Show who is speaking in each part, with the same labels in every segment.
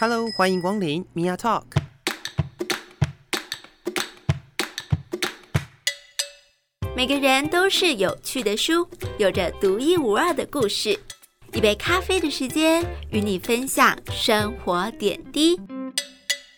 Speaker 1: Hello，欢迎光临 Mia Talk。
Speaker 2: 每个人都是有趣的书，有着独一无二的故事。一杯咖啡的时间，与你分享生活点滴。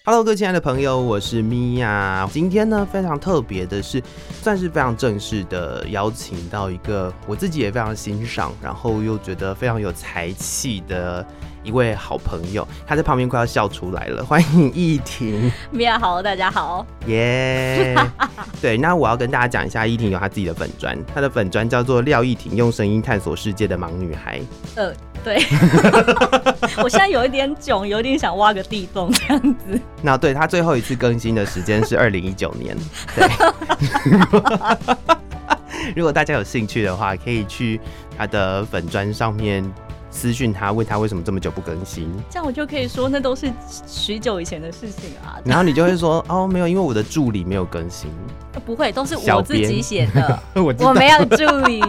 Speaker 1: Hello，各位亲爱的朋友，我是 Mia。今天呢，非常特别的是，算是非常正式的邀请到一个我自己也非常欣赏，然后又觉得非常有才气的一位好朋友。他在旁边快要笑出来了，欢迎依 婷。
Speaker 3: 米娅好，大家好。
Speaker 1: 耶、对，那我要跟大家讲一下，依婷有她自己的粉砖，她的粉砖叫做廖依婷，用声音探索世界的盲女孩。
Speaker 3: 呃， 对，我现在有一点囧，有点想挖个地洞这样子。
Speaker 1: 那对他最后一次更新的时间是二零一九年，对。 如果大家有兴趣的话，可以去他的粉砖上面私讯他，问他为什么这么久不更新。
Speaker 3: 这样我就可以说那都是许久以前的事情啊，
Speaker 1: 然后你就会说 哦，没有，因为我的助理没有更新。
Speaker 3: 不会，都是
Speaker 1: 小
Speaker 3: 我自
Speaker 1: 编
Speaker 3: 己写的，
Speaker 1: 我 知
Speaker 3: 我
Speaker 1: 道，
Speaker 3: 没有助 理。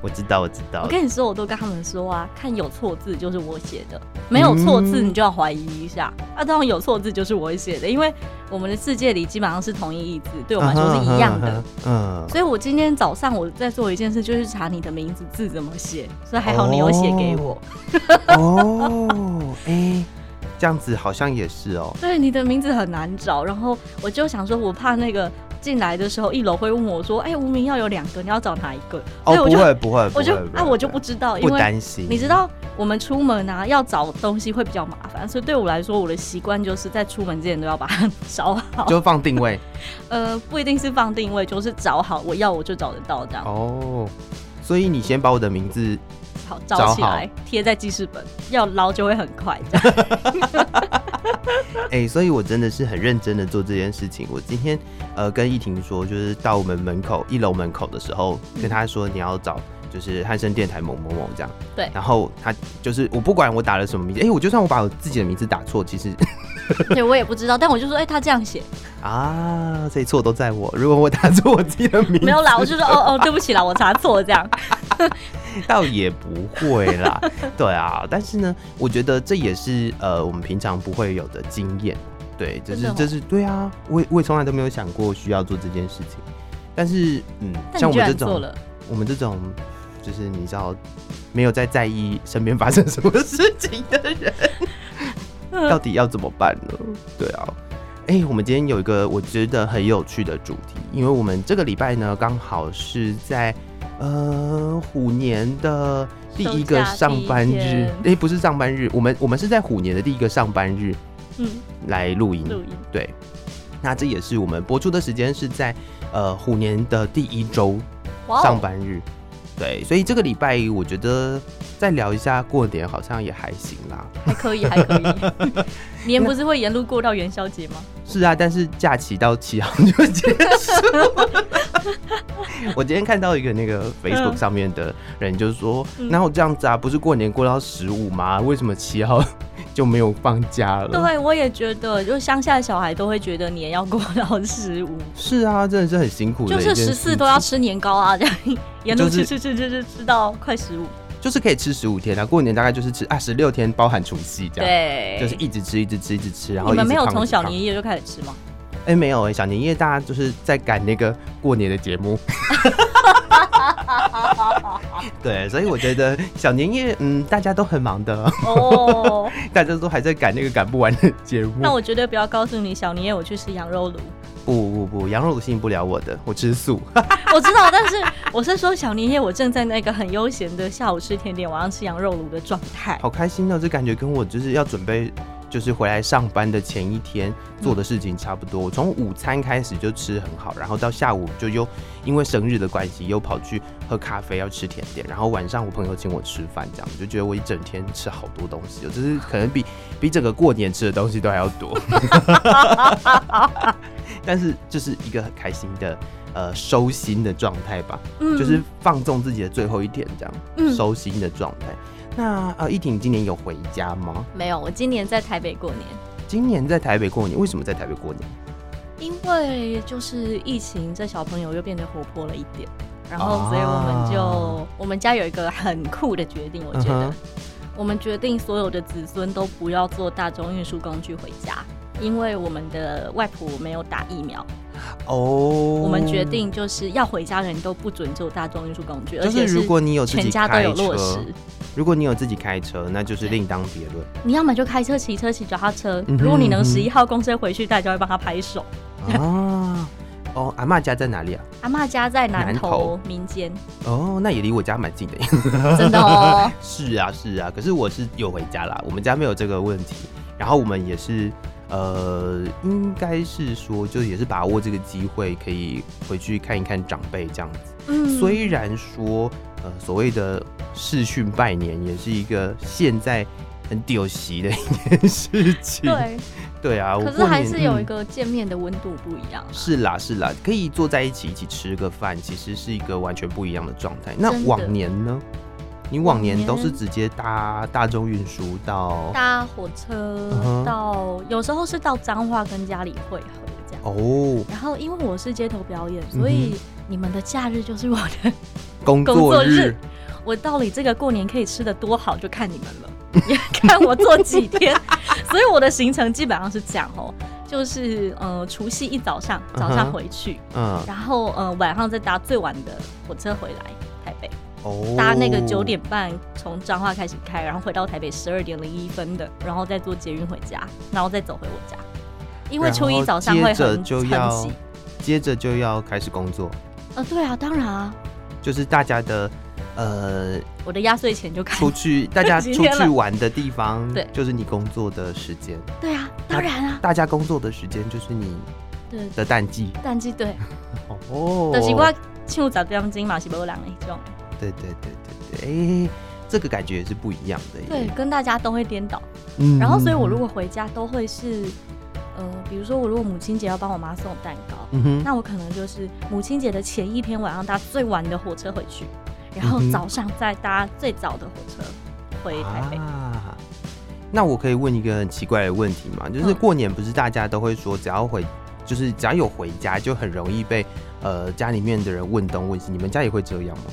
Speaker 1: 我知道，我知道
Speaker 3: 我。跟你说，我都跟他们说啊，看有错字就是我写的，没有错字
Speaker 1: 嗯
Speaker 3: 你就要怀疑一下。啊，当然有错字就是我写的，因为我们的世界里基本上是同一义字，对我们来说是一样的。
Speaker 1: 嗯，
Speaker 3: 所以我今天早上我在做一件事，就是查你的名字字怎么写，所以还好你有写给我。
Speaker 1: 嗯。哦，哎、这样子好像也是哦。
Speaker 3: 对，你的名字很难找，然后我就想说，我怕那个进来的时候，一楼会问我说：“哎、无名要有两个，你要找哪一个？”
Speaker 1: 哦，
Speaker 3: 所以我
Speaker 1: 不
Speaker 3: 就
Speaker 1: 会，不会，不
Speaker 3: 我
Speaker 1: 会
Speaker 3: 就
Speaker 1: 不会
Speaker 3: 啊，我就不知道，因
Speaker 1: 不
Speaker 3: 为
Speaker 1: 担心。
Speaker 3: 你知道我们出门啊，要找东西会比较麻烦，所以对我来说，我的习惯就是在出门之前都要把它 找好。
Speaker 1: 就放定位。
Speaker 3: 呃，不一定是放定位，就是找好，我要我就找得到这样。
Speaker 1: 哦，所以你先把我的名字
Speaker 3: 好，
Speaker 1: 找好
Speaker 3: 找起来贴在记事本，要捞就会很快。这 样
Speaker 1: 哎、所以我真的是很认真的做这件事情。我今天呃跟依婷说，就是到我们门口一楼门口的时候，
Speaker 3: 嗯
Speaker 1: 跟她说你要找就是汉声电台某某某这样。
Speaker 3: 对
Speaker 1: 然后她就是我不管我打了什么名字，哎、我就算我把我自己的名字打错，其实
Speaker 3: 对我也不知道，但我就说，哎、他这样写
Speaker 1: 啊，所以错都在我。如果我打错我自己的名字，
Speaker 3: 没有啦，我就说，哦哦，对不起啦，我查错了这样。
Speaker 1: 倒也不会啦。 对啊，但是呢，我觉得这也是呃我们平常不会有的经验。对，就是、
Speaker 3: 真的哦
Speaker 1: 这是对啊，我也我也从来都没有想过需要做这件事情。但是嗯，
Speaker 3: 但
Speaker 1: 像
Speaker 3: 你
Speaker 1: 我
Speaker 3: 居
Speaker 1: 们这
Speaker 3: 然做
Speaker 1: 种
Speaker 3: 了，
Speaker 1: 我们这种就是你知道没有在在意身边发生什么事情的人，
Speaker 3: 嗯
Speaker 1: 到底要怎么办呢？对啊，哎、我们今天有一个我觉得很有趣的主题，因为我们这个礼拜呢刚好是在呃虎年的第一个上班
Speaker 3: 休假第一
Speaker 1: 日
Speaker 3: 天，
Speaker 1: 哎、不是上班日，我们我们是在虎年的第一个上班日
Speaker 3: 嗯，
Speaker 1: 来录音，
Speaker 3: 录音。
Speaker 1: 对，那这也是我们播出的时间是在呃虎年的第一周
Speaker 3: 哇哦
Speaker 1: 上班日。对，所以这个礼拜我觉得再聊一下过年好像也还行啦。
Speaker 3: 还可以，还可以。 年不是会沿路过到元宵节吗？
Speaker 1: 是啊，但是假期到七号就结束 了。我今天看到一个那个 Facebook
Speaker 3: 嗯
Speaker 1: 上面的人就说，
Speaker 3: 嗯
Speaker 1: 哪有这样子啊？不是过年过到十五吗？为什么七号就没有放假了？
Speaker 3: 对，我也觉得，就乡下的小孩都会觉得年要过到十五，
Speaker 1: 是啊，真的是很辛苦的
Speaker 3: 就
Speaker 1: 一件
Speaker 3: 是
Speaker 1: 事情。
Speaker 3: 十四都要吃年糕啊， 这样沿路
Speaker 1: 就是
Speaker 3: 吃吃吃吃吃吃到快十五。
Speaker 1: 就是可以吃十五天啊，过年大概就是吃啊十六天，包含除夕这样，
Speaker 3: 对，
Speaker 1: 啊就是一直吃一直吃一直吃，然后
Speaker 3: 你们没有
Speaker 1: 一直胖
Speaker 3: 从小
Speaker 1: 一直
Speaker 3: 年夜就开始吃吗？
Speaker 1: 胖哎、没有哎、小年夜大家就是在赶那个过年的节 目，对，所以我觉得小年夜嗯大家都很忙的，
Speaker 3: 哦，
Speaker 1: 大家都还在赶那个赶不完的节目。
Speaker 3: 那我绝对不要告诉你，小年夜我去吃羊肉炉。
Speaker 1: 不不不，羊肉炉吸引不了我的，我吃素。
Speaker 3: 我知道，但是我是说小年夜我正在那个很悠闲的下午吃甜点，晚上吃羊肉炉的状态。
Speaker 1: 好开心哦，这感觉跟我就是要准备，就是回来上班的前一天做的事情差不多。我从午餐开始就吃很好，然后到下午就又因为生日的关系又跑去喝咖啡，要吃甜点，然后晚上我朋友请我吃饭，这样我就觉得我一整天吃好多东西哦，就是可能比比整个过年吃的东西都还要多。但是就是一个很开心的呃收心的状态吧。
Speaker 3: 嗯
Speaker 1: 就是放纵自己的最后一天，这样、
Speaker 3: 嗯
Speaker 1: 收心的状态。那呃，依婷今年有回家吗？
Speaker 3: 没有，我今年在台北过年。
Speaker 1: 今年在台北过年，为什么在台北过年？
Speaker 3: 因为就是疫情，这小朋友又变得活泼了一点，然后
Speaker 1: 啊
Speaker 3: 所以我们就、我们家有一个很酷的决定，我觉得、
Speaker 1: 嗯哼
Speaker 3: 我们决定所有的子孙都不要坐大众运输工具回家，因为我们的外婆没有打疫苗。
Speaker 1: 哦，
Speaker 3: 我
Speaker 1: 我
Speaker 3: 们决，定就是要回家的人都不准坐大众运输工具，而
Speaker 1: 就
Speaker 3: 且
Speaker 1: 是如果你有自己
Speaker 3: 全家都
Speaker 1: 开
Speaker 3: 有落
Speaker 1: 车
Speaker 3: 实。，
Speaker 1: 如果你有自己开车，那就是另当别论。
Speaker 3: 你要么就开车、骑车、骑脚踏车。
Speaker 1: 嗯哼
Speaker 3: 如果你能
Speaker 1: 嗯哼
Speaker 3: 十一号公车回去，大家会帮他拍手。
Speaker 1: 啊，哦，阿嬷家在哪里啊？
Speaker 3: 阿嬷家在南
Speaker 1: 南
Speaker 3: 投
Speaker 1: 投
Speaker 3: 民间，
Speaker 1: 哦，那也离我家蛮近的。
Speaker 3: 真的哦。
Speaker 1: 是啊，是啊，可是我是有回家啦，我们家没有这个问题。然后我们也是，呃，应该是说，就也是把握这个机会，可以回去看一看长辈这样子。
Speaker 3: 嗯，
Speaker 1: 虽然说，呃，所谓的视讯拜年，也是一个现在很丢席的一件事情。
Speaker 3: 对，
Speaker 1: 对啊，我
Speaker 3: 可是
Speaker 1: 过
Speaker 3: 还
Speaker 1: 年
Speaker 3: 是有
Speaker 1: 嗯
Speaker 3: 一个见面的温度不一样啊。
Speaker 1: 是啦，是啦，可以坐在一起一起吃个饭，其实是一个完全不一样的状态。那
Speaker 3: 真的
Speaker 1: 往年呢？你
Speaker 3: 往
Speaker 1: 往年都
Speaker 3: 年
Speaker 1: 是直接搭大众运输到
Speaker 3: 搭火车
Speaker 1: 嗯哼
Speaker 3: 到，有时候是到彰化跟家里会合这样。
Speaker 1: 哦嗯
Speaker 3: 然后因为我是街头表演，所以你们的假日就是我的。
Speaker 1: 工
Speaker 3: 工作
Speaker 1: 作
Speaker 3: 日我到底这个过年可以吃的多好，就看你们了， 也看我做几天。 所以我的行程基本上是这样哦，就是呃除夕一早上早
Speaker 1: 嗯
Speaker 3: 上
Speaker 1: 哼
Speaker 3: 回去，
Speaker 1: 嗯
Speaker 3: 然后呃晚上再搭最晚的火车回来台北。
Speaker 1: 哦，
Speaker 3: 搭那个九点半从彰化开始开，然后回到台北十二点零一分的，然后再坐捷运回家，然后再走回我家。因为初一早上会
Speaker 1: 然后接
Speaker 3: 很
Speaker 1: 着就
Speaker 3: 很
Speaker 1: 要
Speaker 3: 挤。
Speaker 1: 接着就要开始工作，
Speaker 3: 呃，对啊，当然啊，
Speaker 1: 就是大家的 呃
Speaker 3: 我的压岁钱就开
Speaker 1: 出去大家
Speaker 3: 几
Speaker 1: 出
Speaker 3: 天
Speaker 1: 去
Speaker 3: 了
Speaker 1: 玩的地方，
Speaker 3: 对
Speaker 1: 就是你工作的时间，
Speaker 3: 对啊，当然啊，
Speaker 1: 大家工作的时间就是你
Speaker 3: 对，
Speaker 1: 的淡季
Speaker 3: 淡季对，
Speaker 1: 哦，
Speaker 3: 就是我庆祝十点钟嘛是无人的那种，
Speaker 1: 对对对对对，哎、这个感觉也是不一样的耶。
Speaker 3: 对，跟大家都会颠倒。
Speaker 1: 嗯
Speaker 3: 然后所以我如果回家都会是，呃，比如说我如果母亲节要帮我妈送蛋糕，
Speaker 1: 嗯哼，
Speaker 3: 那我可能就是母亲节的前一天晚上搭最晚的火车回去，然后
Speaker 1: 嗯哼
Speaker 3: 早上再搭最早的火车回台北。
Speaker 1: 啊，那我可以问一个很奇怪的问题吗？就是
Speaker 3: 嗯
Speaker 1: 过年不是大家都会说，只要回，就是只要有回家，就很容易被呃家里面的人问东问西。你们家也会这样吗？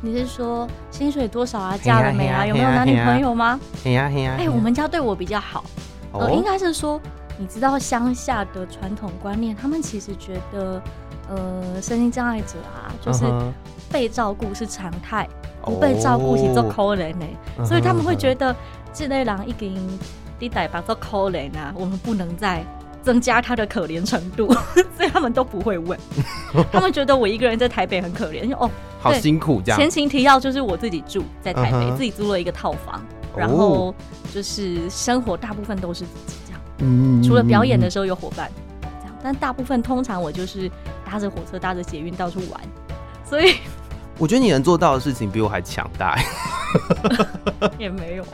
Speaker 3: 你是说薪水多少啊？
Speaker 1: 嘿呀
Speaker 3: 嫁了没啊？
Speaker 1: 嘿呀
Speaker 3: 有没有男女朋友吗？
Speaker 1: 嘿呀嘿呀，
Speaker 3: 哎、
Speaker 1: 嘿呀
Speaker 3: 我们家对我比较好，呃，应
Speaker 1: 哦，
Speaker 3: 该是说，你知道乡下的传统观念，他们其实觉得，呃，身心障碍者啊，就是
Speaker 1: 嗯
Speaker 3: 被照顾是常态，
Speaker 1: 哼
Speaker 3: 不被照顾是做
Speaker 1: 哦
Speaker 3: 可怜的，
Speaker 1: 嗯哼
Speaker 3: 所以他们会觉
Speaker 1: 嗯
Speaker 3: 得这类人已经你得把做可怜啊，我们不能再增加他的可怜程度， 所以他们都不 会问。他们觉得我一个人在台北很可怜，哦，
Speaker 1: 哼好
Speaker 3: 对
Speaker 1: 辛苦这样
Speaker 3: 前。情提要就是我自己住在台北，
Speaker 1: 嗯哼
Speaker 3: 自己租了一个套房，
Speaker 1: 哦
Speaker 3: 然后就是生活大部分都是自己这样，
Speaker 1: 嗯
Speaker 3: 除了表演的
Speaker 1: 时
Speaker 3: 时候有伙伴这样，但大部分通常我就是搭着火车搭着捷运到处玩，所以
Speaker 1: 候，我觉得你能做到的事情比我还强大。
Speaker 3: 也没有啊。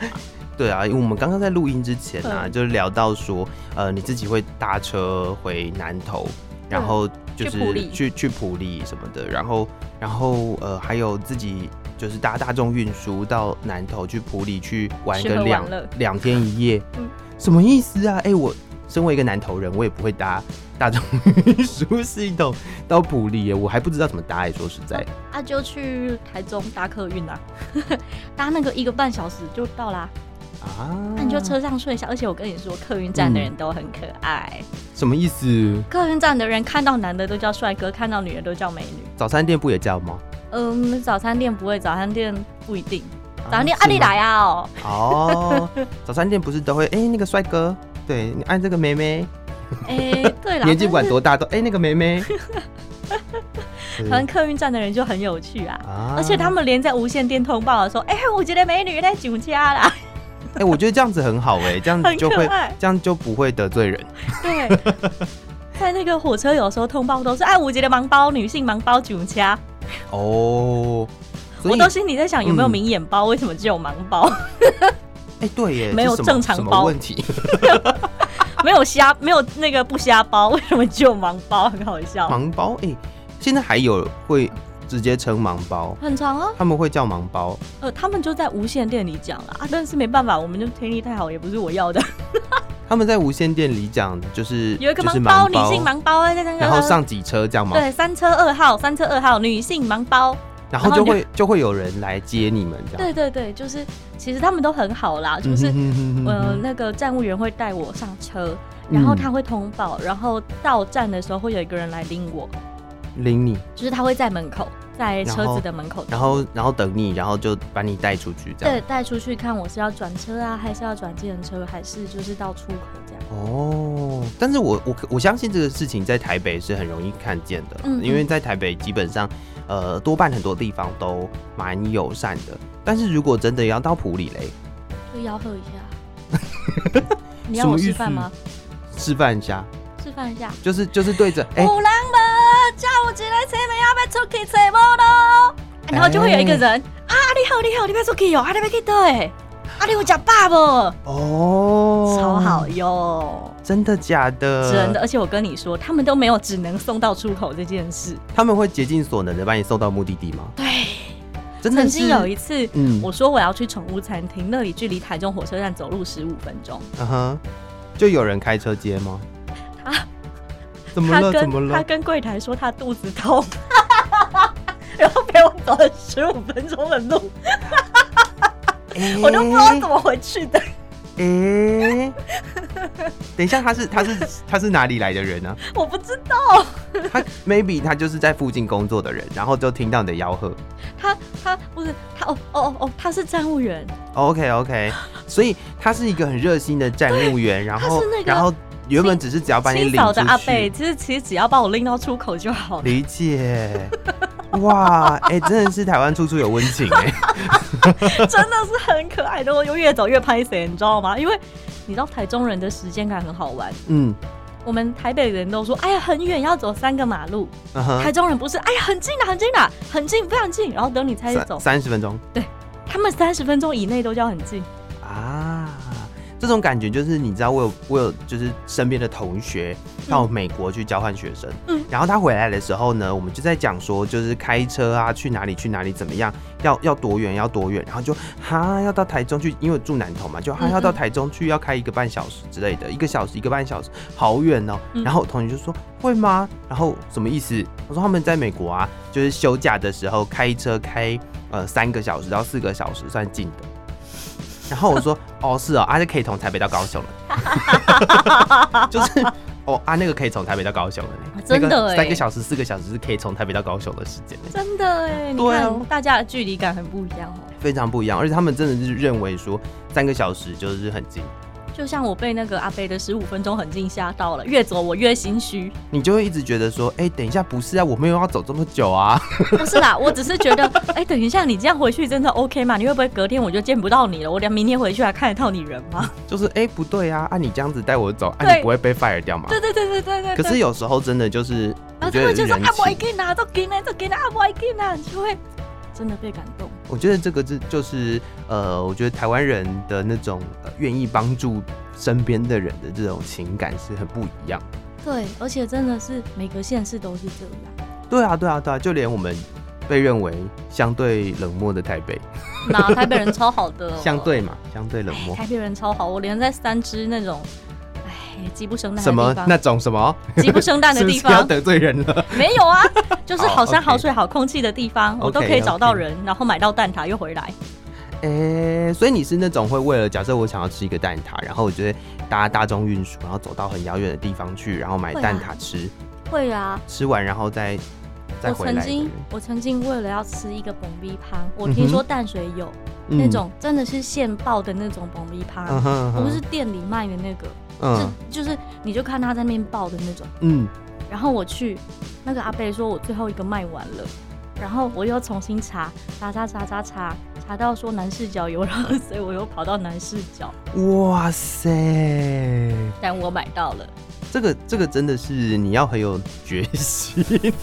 Speaker 1: 对啊，因为我们刚刚在录音之前啊，
Speaker 3: 嗯
Speaker 1: 就聊到说，呃，你自己会搭车回南投，然后就
Speaker 3: 嗯去埔
Speaker 1: 是
Speaker 3: 里
Speaker 1: 去去普里什么的，然后然后呃，还有自己就是搭大众运输到南投去普里去玩
Speaker 3: 吃喝
Speaker 1: 个
Speaker 3: 玩
Speaker 1: 两
Speaker 3: 乐
Speaker 1: 两天一夜，
Speaker 3: 嗯
Speaker 1: 什么意思啊？哎、我身为一个南投人，我也不会搭大众运输系统到普里耶，我还不知道怎么搭哎、说实在，
Speaker 3: 啊，就去台中搭客运啦， 搭那个一个半小时就到啦。
Speaker 1: 啊，
Speaker 3: 嗯那你就车上睡一下，而且我跟你说，客运站的人都很可爱。
Speaker 1: 什么意思？
Speaker 3: 客运站的人看到男的都叫帅哥，看到女的都叫美女。
Speaker 1: 早餐店不也叫吗？
Speaker 3: 嗯，早餐店不会，早餐店不一定。早餐店
Speaker 1: 啊
Speaker 3: 阿丽
Speaker 1: 是吗
Speaker 3: 来啊哦，
Speaker 1: 哦，早餐店不是都会哎、那个帅哥，对你按这个妹妹，
Speaker 3: 哎，对啦，
Speaker 1: 年纪不管
Speaker 3: 但
Speaker 1: 多大都哎、那个妹 妹，
Speaker 3: 是
Speaker 1: 对
Speaker 3: 反正客运站的人就很有趣啊。
Speaker 1: 啊
Speaker 3: 而且他们连在无线电通报的时候，哎、我觉得美女在酒家 啦，
Speaker 1: 哎、我觉得这样子很好哎、这样子
Speaker 3: 很
Speaker 1: 就
Speaker 3: 可
Speaker 1: 会
Speaker 3: 爱。
Speaker 1: 这样就不会得罪人
Speaker 3: 对， 在那个火车有时候通报都是，哎，我觉得盲包女性盲包酒家，
Speaker 1: 哦。所
Speaker 3: 我
Speaker 1: 以
Speaker 3: 都心里在想有没有
Speaker 1: 嗯
Speaker 3: 明眼包，为什么只有盲包，
Speaker 1: 哎、对耶，
Speaker 3: 没有
Speaker 1: 这什么
Speaker 3: 正常
Speaker 1: 什
Speaker 3: 包
Speaker 1: 么问题， 嗯
Speaker 3: 没有瞎，没有那个不瞎包，为什么只有盲包？很好笑，
Speaker 1: 盲包哎、现在还有会直接称盲包，
Speaker 3: 很长啊。
Speaker 1: 他们会叫盲包
Speaker 3: 呃，他们就在无线电里讲了啊，但是没办法，我们就听力太好，也不是我 要的。
Speaker 1: 他们在无线电里讲就是
Speaker 3: 有一个
Speaker 1: 就是
Speaker 3: 盲啊
Speaker 1: 盲
Speaker 3: 包，女性盲包，在那个
Speaker 1: 然后上几车这样吗？
Speaker 3: 对三车二号，三车二号女性盲包，
Speaker 1: 然后就
Speaker 3: 然后就
Speaker 1: 会就会有人来接你们这样。
Speaker 3: 对对对，就是其实他们都很好啦，就是、
Speaker 1: 嗯哼哼哼哼
Speaker 3: 呃
Speaker 1: 哼
Speaker 3: 那个站务员会带我上车，然
Speaker 1: 嗯
Speaker 3: 后他会通报，然后到站的时候会有一个人来拎我，
Speaker 1: 领你，
Speaker 3: 就是他会在门口，在
Speaker 1: 然
Speaker 3: 车
Speaker 1: 后
Speaker 3: 子的门口等我，
Speaker 1: 然后然后等你，然后就把你带出去这样。
Speaker 3: 对带出去看我是要转车啊，还是要转计程车，还是就是到出口这样。
Speaker 1: 哦，但是我我我相信这个事情在台北是很容易看见的啦，
Speaker 3: 嗯
Speaker 1: 因为
Speaker 3: 嗯
Speaker 1: 在台北基本上，呃，多半很多地方都蛮友善的。但是如果真的要到普里嘞，
Speaker 3: 就吆喝一下。 你要我示范吗？
Speaker 1: 示范一下，
Speaker 3: 示范一下。
Speaker 1: 就是就是对 着，哎、
Speaker 3: 五郎们，叫我进来车门要被出去找某咯。哎然后就会有一个
Speaker 1: 哎
Speaker 3: 人、啊，你好，你好，你别出去哦，啊，你别去倒哎，啊，你有吃饱不？
Speaker 1: 哦，呃
Speaker 3: 超好，哟，
Speaker 1: 真的假的？
Speaker 3: 真的。，而且我跟你说，他们都没有只能送到出口这件事。
Speaker 1: 他们会竭尽所能的把你送到目的地吗？
Speaker 3: 对，
Speaker 1: 真的
Speaker 3: 曾
Speaker 1: 是
Speaker 3: 经有一次。
Speaker 1: 嗯，
Speaker 3: 我说我要去宠物餐厅，那里距离台中火车站走路十五分钟。
Speaker 1: 嗯哼，就有人开车接吗？
Speaker 3: 他
Speaker 1: 怎么
Speaker 3: 他
Speaker 1: 了？怎么
Speaker 3: 跟他
Speaker 1: 了？
Speaker 3: 跟柜台说他肚子痛，然后陪我走了十五分钟的路，我都不知道
Speaker 1: 哎
Speaker 3: 怎么回去的。
Speaker 1: 诶，等一下，他是他是 他是哪里来的人呢、
Speaker 3: 我不知道，
Speaker 1: 他 maybe 他就是在附近工作的人，然后就听到你的吆喝。
Speaker 3: 他他不是他哦哦哦哦，他是站务员，
Speaker 1: OK OK，所以他是一个很热心的站务员，然后
Speaker 3: 他是那个
Speaker 1: 然后原本只是只要把你
Speaker 3: 清
Speaker 1: 领
Speaker 3: 扫
Speaker 1: 出
Speaker 3: 的阿贝，
Speaker 1: 去，
Speaker 3: 其实其实只要把我拎到出口就好了。
Speaker 1: 理解。哇，哎、真的是台湾处处有温情 哎、
Speaker 3: 真的是很可爱的，我又越走越拍谁，你知道吗？因为你知道台中人的时间感很好玩，
Speaker 1: 嗯，
Speaker 3: 我们台北人都说，哎呀很远要走三个马路，
Speaker 1: 嗯哼
Speaker 3: 台中人不是，哎呀很近的很近的很近非常近，然后等你开始走
Speaker 1: 三，三十分钟
Speaker 3: 他们三十分钟以内都叫很近。
Speaker 1: 啊，这种感觉就是你知道，我有我有就是身边的同学到美国去交换学生，
Speaker 3: 嗯
Speaker 1: 然后他回来的时候呢，我们就在讲说，就是开车啊，去哪里去哪里怎么样，要要多远要多远，然后就哈要到台中去，因为我住南投嘛，就哈
Speaker 3: 嗯嗯
Speaker 1: 要到台中去要开一个半小时之类的，一个小时一个半小时，好远哦。
Speaker 3: 嗯
Speaker 1: 然后我同学就说会吗？然后什么意思？我说他们在美国啊，就是休假的时候开车开呃三个小时到四个小时算近的。然后我说哦是哦，啊就可以从台北到高雄了， 就是哦啊那个可以从台北到高雄了呢，
Speaker 3: 真的
Speaker 1: 那个
Speaker 3: 欸
Speaker 1: 三个小时四个小时是可以从台北到高雄的时间呢，
Speaker 3: 真的哎，你
Speaker 1: 对啊
Speaker 3: 看大家的距离感很不一样哦。
Speaker 1: 非常不一样。而且他们真的是认为说三个小时就是很近，
Speaker 3: 就像我被那个阿贝的十五分钟很近吓到了，越走我越心虚。
Speaker 1: 你就会一直觉得说，哎、等一下不是啊，我没有要走这么久啊，
Speaker 3: 不是啦，我 只是觉得，哎、等一下你这样回去真的 OK 吗？你会不会隔天我就见不到你了？我连明天回去还看得到你人吗？
Speaker 1: 就是哎、不对啊，啊你这样子带我走，啊
Speaker 3: 对
Speaker 1: 你不会被 fire 掉吗？
Speaker 3: 对对对对对对
Speaker 1: 可
Speaker 3: 对。
Speaker 1: 是有时候真的就是，
Speaker 3: 然
Speaker 1: 我
Speaker 3: 后
Speaker 1: 觉得
Speaker 3: 他们就说
Speaker 1: 人
Speaker 3: 啊，我一
Speaker 1: 情，
Speaker 3: 定拿，都给拿，都给拿，啊，我一定拿，你就会真的被感动。
Speaker 1: 我觉得这个是就是呃，我觉得台湾人的那种呃愿、意帮助身边的人的这种情感是很不一样的。
Speaker 3: 对，而且真的是每个县市都是这 样。
Speaker 1: 对啊，对啊，对啊，就连我们被认为相对冷漠的台北，
Speaker 3: 那台北人超好的、哦，
Speaker 1: 相对嘛，相对冷漠，
Speaker 3: 台北人超好，我连在三只那种，哎，鸡不生蛋的
Speaker 1: 什
Speaker 3: 地
Speaker 1: 么
Speaker 3: 方，
Speaker 1: 那种什么，
Speaker 3: 鸡不生蛋的
Speaker 1: 是不
Speaker 3: 地
Speaker 1: 是要
Speaker 3: 方，
Speaker 1: 得罪人了？
Speaker 3: 没 有啊，就是
Speaker 1: 好
Speaker 3: 好山
Speaker 1: OK
Speaker 3: 好水好空气的地方，我都
Speaker 1: OK，
Speaker 3: 可以找到
Speaker 1: OK
Speaker 3: 人，然后买到蛋挞又回来。
Speaker 1: 哎、所以你是那种会为了假设我想要吃一个蛋挞，然后我就会搭大众运输，然后走到很遥远的地方去，然后买
Speaker 3: 会啊
Speaker 1: 蛋挞吃，
Speaker 3: 会啊，
Speaker 1: 吃完然后再再
Speaker 3: 我
Speaker 1: 回
Speaker 3: 曾
Speaker 1: 来的人。
Speaker 3: 经我曾经为了要吃一个蹦逼汤，我
Speaker 1: 嗯
Speaker 3: 听
Speaker 1: 哼
Speaker 3: 说淡水有、
Speaker 1: 嗯
Speaker 3: 那，种真的是现爆的那种蹦逼汤，
Speaker 1: 嗯哼
Speaker 3: 不是，店里卖的那个，
Speaker 1: 嗯
Speaker 3: 是就是你就看他在那边爆的那种。
Speaker 1: 嗯，
Speaker 3: 然后我去，那个阿贝说我最后一个卖完了，然后我又重新查查查查查查，查到说南视角有，然后所以我又跑到南视角，
Speaker 1: 哇塞，
Speaker 3: 但我买到 了。
Speaker 1: 这个这个真的是你要很有决心。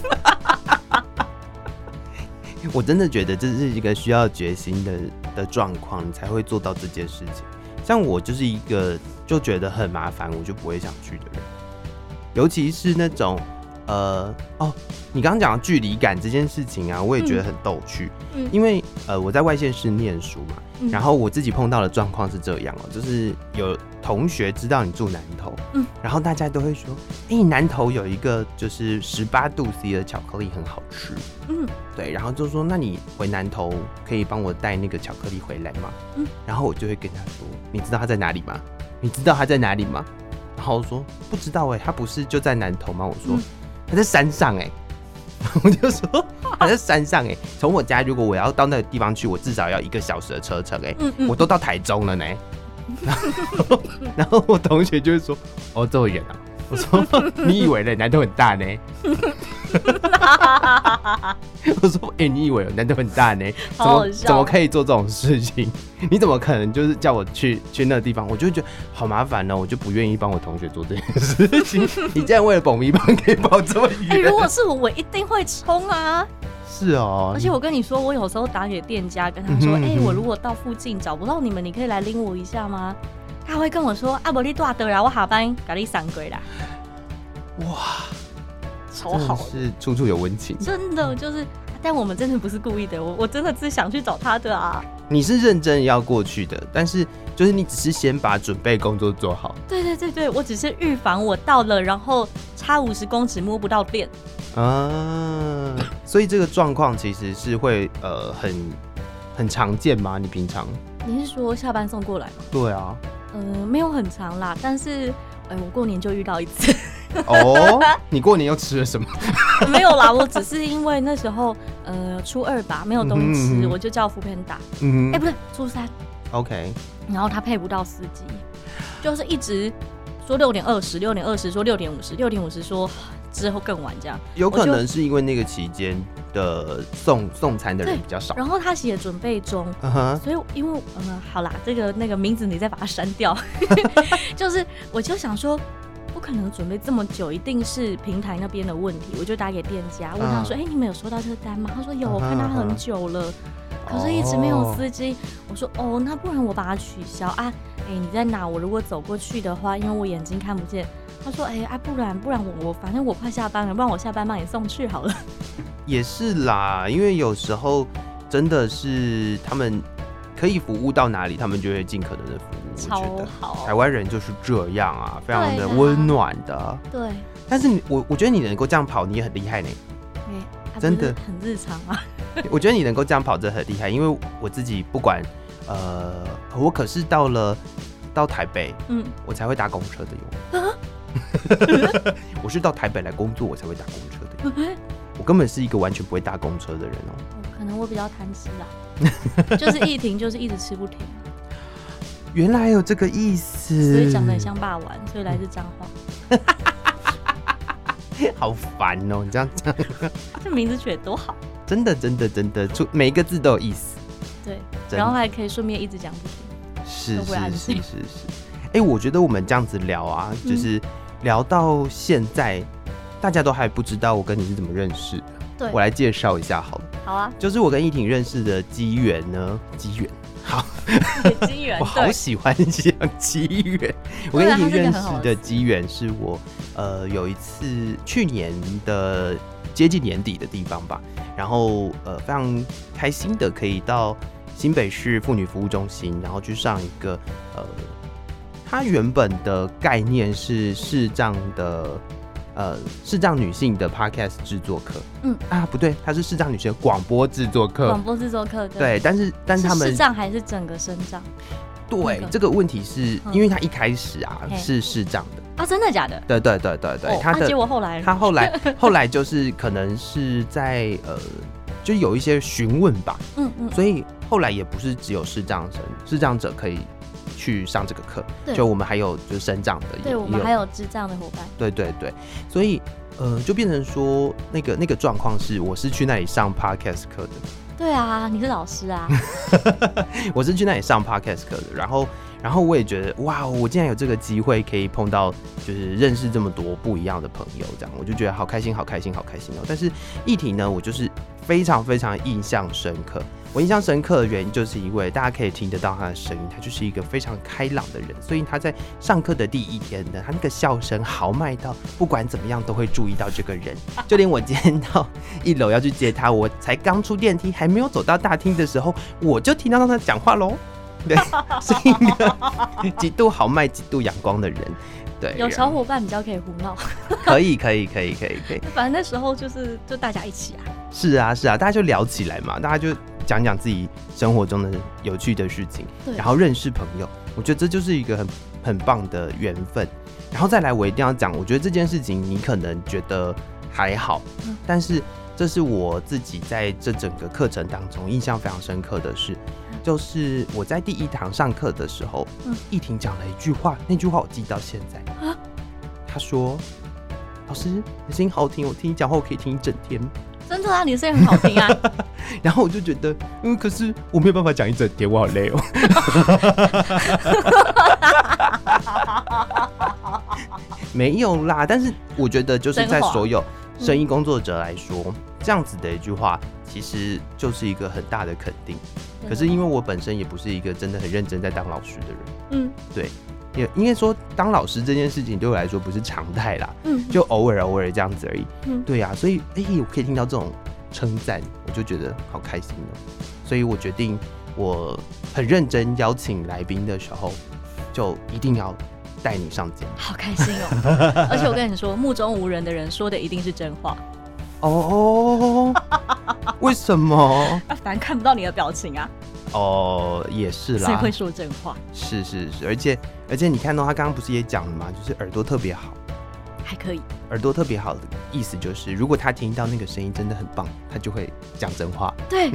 Speaker 1: 我真的觉得这是一个需要决心的的状况，你才会做到这件事情。像我就是一个就觉得很麻烦，我就不会想去的人，尤其是那种呃哦，你刚刚讲的距离感这件事情啊，我也觉得很逗趣，
Speaker 3: 嗯
Speaker 1: 因为呃，我在外县市念书嘛，
Speaker 3: 嗯
Speaker 1: 然后我自己碰到的状况是这样哦、就是有同学知道你住南投，
Speaker 3: 嗯
Speaker 1: 然后大家都会说，哎、南投有一个就是十八度 C 的巧克力很好吃，
Speaker 3: 嗯，
Speaker 1: 对，然后就说，那你回南投可以帮我带那个巧克力回来吗？
Speaker 3: 嗯，
Speaker 1: 然后我就会跟他说，你知道它在哪里吗？你知道它在哪里吗？然后我说不知道哎、它不是就在南投吗？我说
Speaker 3: 嗯
Speaker 1: 它在山上哎、 我就说它在山上哎、从我家如果我要到那个地方去，我至少要一个小时的车程哎、
Speaker 3: 嗯嗯
Speaker 1: 我都到台中了呢。 然后，然后我同学就会说：“哦，这么远啊！”我说：“你以为嘞，南投很大呢？” 我说：“哎、你以为南投很大呢？怎
Speaker 3: 好
Speaker 1: 么
Speaker 3: 好笑
Speaker 1: 怎么可以做这种事情？ 你怎么可能就是叫我去去那个地方？我就会觉得好麻烦哦呢、我就不愿意帮我同学做这件事情。你竟然为了保密棒可以跑这么
Speaker 3: 哎、
Speaker 1: 远？
Speaker 3: 如果是我，我一定会冲啊！
Speaker 1: 是哦，
Speaker 3: 而且我跟你说，我有时候打给店家，跟他说：“
Speaker 1: 嗯哼
Speaker 3: 哎、
Speaker 1: 嗯哼
Speaker 3: 我如果到附近找不到你们，你可以来拎我一下吗？”他会跟我说：“啊，不你大得啦，我下班给你送过啦。”哇，超
Speaker 1: 真的
Speaker 3: 好
Speaker 1: 是哦处处有温情。
Speaker 3: 真的就是，但我们真的不是故意的，我我真的是想去找他的啊。
Speaker 1: 你是认真要过去的，但是就是你只是先把准备工作做好。
Speaker 3: 对对对对，我只是预防我到了，然后差五十公尺摸不到电。
Speaker 1: 啊，所以这个状况其实是会呃很很常见吗？你平常？
Speaker 3: 你是说下班送过来吗？
Speaker 1: 对啊，
Speaker 3: 嗯、没有很长啦，但是。哎，我过年就遇到一 次，
Speaker 1: 哦，你过年又吃了什么？
Speaker 3: 没有啦，我只是因为那时候，呃，初二吧，没有东
Speaker 1: 嗯
Speaker 3: 西
Speaker 1: 哼嗯
Speaker 3: 吃，
Speaker 1: 哼
Speaker 3: 我就叫福片打，
Speaker 1: 嗯
Speaker 3: 哎、不对，初三，
Speaker 1: ，OK，
Speaker 3: 然后他配不到司机，就是一直说六点二十，六点二十说六点五十，六点五十说之后更晚这样，
Speaker 1: 有可
Speaker 3: 我就
Speaker 1: 能是因为那个期间的送送餐的人
Speaker 3: 对
Speaker 1: 比较少。
Speaker 3: 然后他写准备中，
Speaker 1: 嗯哼，
Speaker 3: 所以因为嗯、好啦，这个那个名字你再把它删 掉，就是我就想说。不可能准备这么久，一定是平台那边的问题。我就打给店家，问他
Speaker 1: 啊
Speaker 3: 说：“哎、你们有收到这个单吗？”他说：“有，我看他很久了，可是一直没有司机。我说：“哦，那不然我把它取消啊？哎、你在哪？我如果走过去的话，因为我眼睛看不见。”他说：“哎、啊，不然不然我我反正我快下班了，不然我下班帮你送去好了。
Speaker 1: 也是啦，因为有时候真的是他们可以服务到哪里，他们就会尽可能的服务。”我觉
Speaker 3: 超
Speaker 1: 得
Speaker 3: 好
Speaker 1: 台，湾人就是这样啊，非常
Speaker 3: 对
Speaker 1: 的
Speaker 3: 啊
Speaker 1: 温暖的。
Speaker 3: 对，哎、
Speaker 1: 但是你我我觉得你能够这样跑，你也很厉害 呢。
Speaker 3: 啊
Speaker 1: 真
Speaker 3: 不是
Speaker 1: 的
Speaker 3: 很日常啊。
Speaker 1: 我觉得你能够这样跑，真的很厉害。因为我自己不管，呃，我可是到了到台北，
Speaker 3: 嗯，
Speaker 1: 我才会搭公车的哟。
Speaker 3: 啊
Speaker 1: 我是到台北来工作，我才会搭公车的哟。
Speaker 3: 啊
Speaker 1: 我根本是一个完全不会搭公车的人哦、
Speaker 3: 可能我比较贪吃啦，就是一停就是一直吃不停，
Speaker 1: 原来有这个意思，
Speaker 3: 所以长得很像霸王，所以来自彰化。
Speaker 1: 好烦哦、你这样讲，
Speaker 3: 这名字取得多好，
Speaker 1: 真的真的真的，出每一个字都有意思。
Speaker 3: 对，
Speaker 1: 真的
Speaker 3: 然后还可以顺便一直讲不停。
Speaker 1: 是
Speaker 3: 都
Speaker 1: 是
Speaker 3: 会安
Speaker 1: 是是
Speaker 3: 静
Speaker 1: 是，哎、我觉得我们这样子聊啊，就
Speaker 3: 嗯
Speaker 1: 是聊到现在，大家都还不知道我跟你是怎么认识的。
Speaker 3: 对
Speaker 1: 我来介绍一下好了，
Speaker 3: 好啊，
Speaker 1: 就是我跟依婷认识的机缘呢，机缘，
Speaker 3: 金 源
Speaker 1: 我好
Speaker 3: 对，
Speaker 1: 喜欢讲机缘。我跟
Speaker 3: 对
Speaker 1: 依
Speaker 3: 啊
Speaker 1: 婷
Speaker 3: 它是一个
Speaker 1: 认
Speaker 3: 很好
Speaker 1: 识
Speaker 3: 的
Speaker 1: 的
Speaker 3: 词
Speaker 1: 机缘是我，呃，有一次去年的接近年底的地方吧，然后呃非常开心的可以到新北市妇女服务中心，然后去上一个呃，它原本的概念是视障的呃视障女性的 podcast 制作课，
Speaker 3: 嗯
Speaker 1: 啊不对，它是视障女性的广播制作课
Speaker 3: 广，播制作课
Speaker 1: 对，，但是但是
Speaker 3: 是
Speaker 1: 他们
Speaker 3: 视障还是整个身障
Speaker 1: 对
Speaker 3: 那个
Speaker 1: 这个问题是
Speaker 3: 嗯
Speaker 1: 因为他一开始啊
Speaker 3: 嘿
Speaker 1: 是视障的，
Speaker 3: 啊？真的假的？
Speaker 1: 对对对对对，
Speaker 3: 哦
Speaker 1: 他
Speaker 3: 啊结
Speaker 1: 的
Speaker 3: 果后来
Speaker 1: 他后 来后来就是可能是在呃，就有一些询问吧，
Speaker 3: 嗯嗯，
Speaker 1: 所以后来也不是只有视障生视障者可以去上这个课，
Speaker 3: 对
Speaker 1: 就我们还有就是生障的也，
Speaker 3: 对我
Speaker 1: 也
Speaker 3: 们还有智障的伙伴，
Speaker 1: 对对对，所以呃就变成说那个那个状况是我是去那里上 podcast 课的。
Speaker 3: 对啊，你是老师啊，
Speaker 1: 我是去那里上 podcast 课的，然后然后我也觉得哇，我竟然有这个机会可以碰到，就是认识这么多不一样的朋友，这样我就觉得好开心，好开心，好开心哦。但是议题呢，我就是非常非常印象深刻，我印象深刻的原因，就是因为大家可以听得到他的声音，他就是一个非常开朗的人，所以他在上课的第一天呢，他那个笑声豪迈到不管怎么样都会注意到这个人。就连我今天到一楼要去接他，我才刚出电梯，还没有走到大厅的时候，我就听到他讲话喽。对，是一个极度豪迈、极度阳光的人。对，啊
Speaker 3: 有小伙伴比较可以胡闹，
Speaker 1: 可以，可以，可以，可以，可以。
Speaker 3: 反正那时候就是就大家一起啊，
Speaker 1: 是啊，是啊，大家就聊起来嘛，大家就讲讲自己生活中的有趣的事情，
Speaker 3: 对
Speaker 1: 然后认识朋友，我觉得这就是一个很很棒的缘分。然后再来，我一定要讲，我觉得这件事情你可能觉得还好，
Speaker 3: 嗯
Speaker 1: 但是这是我自己在这整个课程当中印象非常深刻的事，就是我在第一堂上课的时候，
Speaker 3: 嗯
Speaker 1: 易婷讲了一句话，那句话我记到现在
Speaker 3: 啊，
Speaker 1: 她说：“老师，你声音好好听，我听你讲话我可以听一整天。”
Speaker 3: 真的啊，你的声音很好听啊，
Speaker 1: 然后我就觉得，嗯，可是我没有办法讲一整天，我好累哦。 没有啦，但是我觉得就是在
Speaker 3: 真话
Speaker 1: 所有生意工作者来说，这样子的一句话，其实就是一个很大的肯定。 可是因为我本身也不是一个真的很认真在当老师的人，
Speaker 3: 嗯
Speaker 1: 也应该说当老师这件事情对我来说不是常态啦，
Speaker 3: 嗯，
Speaker 1: 就偶尔啊偶尔这样子而已。
Speaker 3: 嗯
Speaker 1: 对呀、所以哎、我可以听到这种称赞，我就觉得好开心哦。所以我决定，我很认真邀请来宾的时候，就一定要带你上节目。
Speaker 3: 好开心 哦！而且我跟你说，目中无人的人说的一定是真话，
Speaker 1: 哦， 为什么？
Speaker 3: 啊，反正看不到你的表情啊，
Speaker 1: 哦，也是
Speaker 3: 所以
Speaker 1: 啦
Speaker 3: 会，说真话，
Speaker 1: 是是是，而且而且你看哦到他刚刚不是也讲了嘛，就是耳朵特别好。
Speaker 3: 还可以。
Speaker 1: 耳朵特别好的意思就是，如果他听到那个声音真的很棒，他就会讲真话。
Speaker 3: 对，